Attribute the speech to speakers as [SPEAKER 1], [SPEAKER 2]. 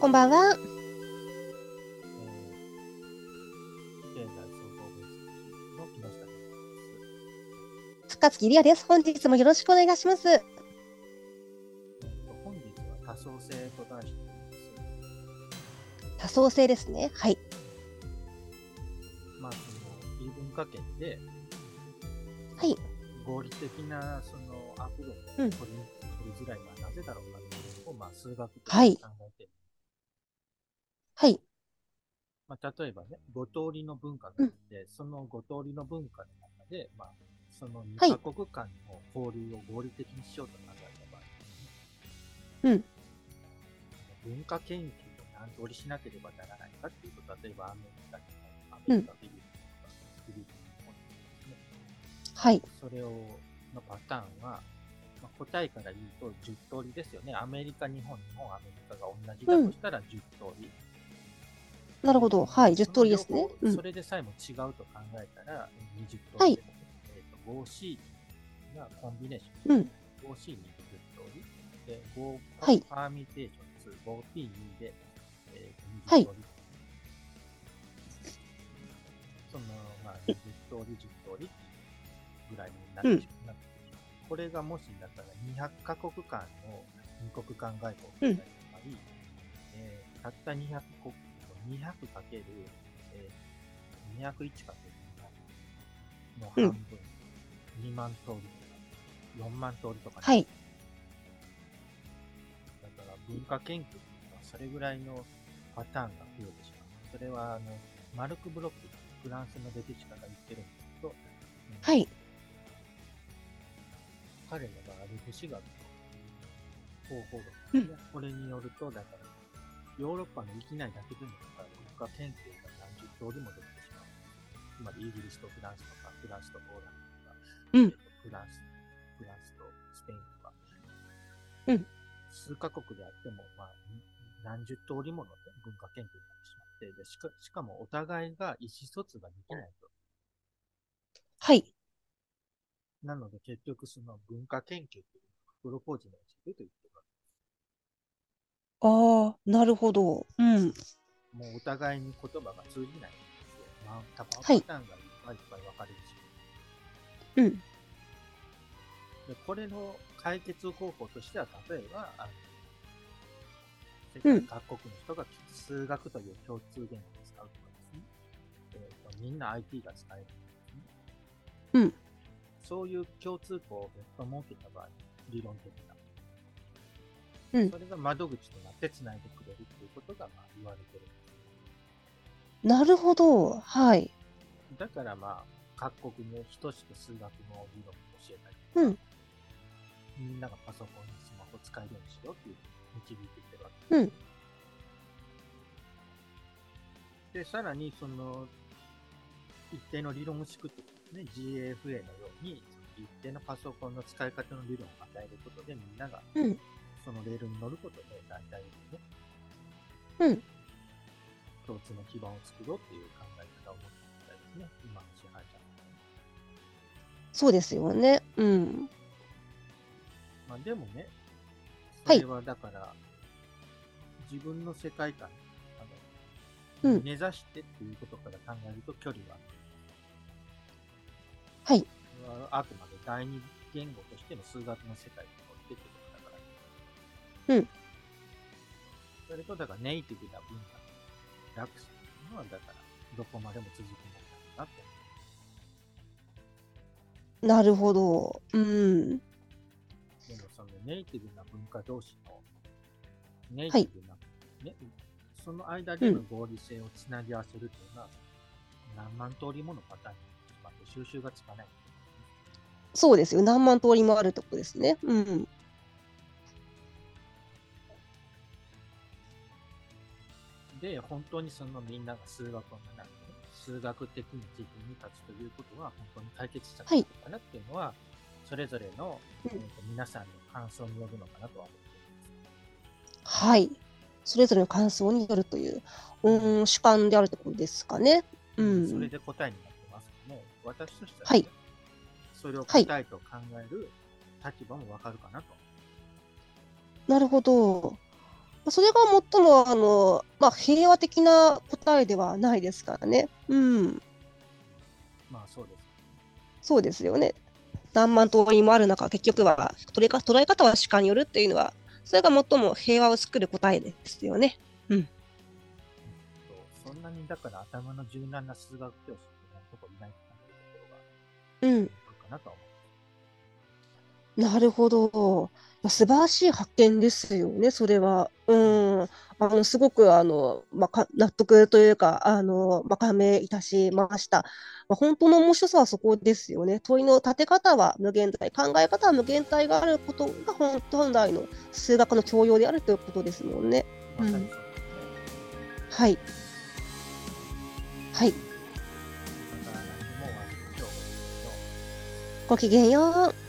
[SPEAKER 1] こんばんは。
[SPEAKER 2] えー現在総合分析の木下です。
[SPEAKER 1] 深月りあです。本日もよろしくお願いします。
[SPEAKER 2] えーと本日は多層性と題しています。
[SPEAKER 1] 多層性ですね。はい。
[SPEAKER 2] まあ、その言い分かけて
[SPEAKER 1] はい。
[SPEAKER 2] 合理的なそのアプローチ
[SPEAKER 1] う
[SPEAKER 2] を
[SPEAKER 1] ん
[SPEAKER 2] 取り,、づらいのはなぜだろうかというのを、まあ、数学的
[SPEAKER 1] はい
[SPEAKER 2] に考えて、
[SPEAKER 1] はい。
[SPEAKER 2] まあ、例えばね、5通りの文化があって、その5通りの文化の中で、まあ、その2
[SPEAKER 1] はい
[SPEAKER 2] カ国間の交流を合理的にしようと考えた場合、
[SPEAKER 1] うん
[SPEAKER 2] 文化研究を何通りしなければならないかっていうと、例えばアメリカにもアメリカ、ビリとか、フィリピンも
[SPEAKER 1] はい。
[SPEAKER 2] それを、のパターンは、まあ、答えから言うと10通りですよね。アメリカ、日本、日本、アメリカが同じだとしたら10通り。
[SPEAKER 1] なるほど。はい。10通りです
[SPEAKER 2] その
[SPEAKER 1] ね
[SPEAKER 2] 両。方
[SPEAKER 1] うん
[SPEAKER 2] そ。れでさえも違うと考えたら、20通り。
[SPEAKER 1] はい
[SPEAKER 2] えっ、と、5C がコンビネーショ
[SPEAKER 1] う
[SPEAKER 2] ン。
[SPEAKER 1] ん
[SPEAKER 2] 5C20 通り。で、5、
[SPEAKER 1] はい
[SPEAKER 2] パーミテーション2、5P2 で、えー、
[SPEAKER 1] はい
[SPEAKER 2] 20通り。その、まあ、20通り、10通りぐらいになってしまう。これがもしだったら200カ国間の二国間外交だったり、えーたった200国 200×、えー、201×200 の半分、2万通りとか4万通りとか、
[SPEAKER 1] はい。
[SPEAKER 2] だから文化研究とかそれぐらいのパターンが増えてしまう。それはあのマルク・ブロック、フランスの出てきたが言ってるんですけど、
[SPEAKER 1] はい。
[SPEAKER 2] 彼らがある星が方法論ですね、これによると、だから、ヨーロッパの域内だけでも、だから、国家研究が何十通りも出てしまう。つまり、イギリスとフランスとか、フランスとポーランドとか、えっ
[SPEAKER 1] うん
[SPEAKER 2] とフランス、フランスとスペインとか、
[SPEAKER 1] うん
[SPEAKER 2] 数カ国であっても、まあ、何十通りものね、文化研究になってしまって、でしかしかもお互いが意思疎通ができないと。
[SPEAKER 1] はい。
[SPEAKER 2] なので、結局、その文化研究っていうのはプロポーズに落ちてると言ってます。
[SPEAKER 1] ああ、なるほど。うん。
[SPEAKER 2] もうお互いに言葉が通じないんですよ。まあ、多分パタ
[SPEAKER 1] は
[SPEAKER 2] ー
[SPEAKER 1] い
[SPEAKER 2] ンがいっぱいいっぱい分かれてし
[SPEAKER 1] うん。
[SPEAKER 2] まう。で、これの解決方法としては、例えば、あの世
[SPEAKER 1] う
[SPEAKER 2] 界
[SPEAKER 1] ん
[SPEAKER 2] 各国の人が数学という共通言語を使うとかですね。えーとみんな IT が使えるとかですね。
[SPEAKER 1] うん。
[SPEAKER 2] そういう共通項を別途設けた場合、理論的な。
[SPEAKER 1] うん
[SPEAKER 2] それが窓口となってつないでくれるということがまあ言われてるんです
[SPEAKER 1] なるほど。はい。
[SPEAKER 2] だからまあ、各国に等しく数学の理論を教えたりとか、
[SPEAKER 1] うん
[SPEAKER 2] みんながパソコンにスマホを使えるようにしようっていうふうに導いていってるわけ
[SPEAKER 1] うん。
[SPEAKER 2] で、さらにその、一定の理論を敷くってことですね、GAFA のように、一定のパソコンの使い方の理論を与えることで、みんなが
[SPEAKER 1] うん。
[SPEAKER 2] そのレールに乗ることで、大体ね、
[SPEAKER 1] うん。
[SPEAKER 2] 共通の基盤を作ろうっていう考え方を持ってみたいですね、今の支配者の
[SPEAKER 1] そうですよね。うん。
[SPEAKER 2] まあでもね、
[SPEAKER 1] は
[SPEAKER 2] そ
[SPEAKER 1] い
[SPEAKER 2] れはだから、自分の世界観、あの、
[SPEAKER 1] うん
[SPEAKER 2] 目指してっていうことから考えると距離はある。
[SPEAKER 1] はい。
[SPEAKER 2] それはあくまで第二言語としての数学の世界に持ってってことだから。
[SPEAKER 1] うん。
[SPEAKER 2] それと、だからネイティブな文化、楽するのは、だから、どこまでも続くものなんだなって。
[SPEAKER 1] なるほど。うん。
[SPEAKER 2] でもそのネイティブな文化同士の、ネイテ
[SPEAKER 1] はい
[SPEAKER 2] ィブな、ね、その間での合理性をつなぎ合わせるというのは、何万通りものパターンになってしまって収集がつかない。
[SPEAKER 1] そうですよ。何万通りもあるとこですね。うん。
[SPEAKER 2] で、本当にそのみんなが数学を学んで、数学的に自分に立つということは、本当に解決したのかなっていうのは、それぞれの、
[SPEAKER 1] うん
[SPEAKER 2] えーと皆さんの感想によるのかなとは思っています。
[SPEAKER 1] はい。それぞれの感想によるという、うん、主観であるところですかね。う
[SPEAKER 2] それ
[SPEAKER 1] ん。
[SPEAKER 2] で答えになってますけども、私としては、
[SPEAKER 1] はい
[SPEAKER 2] それを
[SPEAKER 1] は
[SPEAKER 2] 答
[SPEAKER 1] い
[SPEAKER 2] えと考える立場もわかるかなと。
[SPEAKER 1] なるほど。それが最もあの、まあ、平和的な答えではないですからね。うん、
[SPEAKER 2] まあそうです。
[SPEAKER 1] そうですよね。何万通りもある中、結局は捉えか捉え方は主観によるっていうのは、それが最も平和を作る答えですよね。
[SPEAKER 2] そうそんなにだから頭の柔軟な数学教師って今のところいないかなっていうところがあ
[SPEAKER 1] うん、
[SPEAKER 2] るかなとは思う。
[SPEAKER 1] なるほど。いや素晴らしい発見ですよね、それは。うん、あのすごくあの、まあ、か納得というか、あのまあ、感銘いたしました。まあ、本当の面白さはそこですよね。問いの立て方は無限大、考え方は無限大があることが本本来の数学の教養であるということですもんね。
[SPEAKER 2] まさにそうですね。
[SPEAKER 1] はい。はい。
[SPEAKER 2] また何でも終わりましょう。
[SPEAKER 1] ごきげんよう。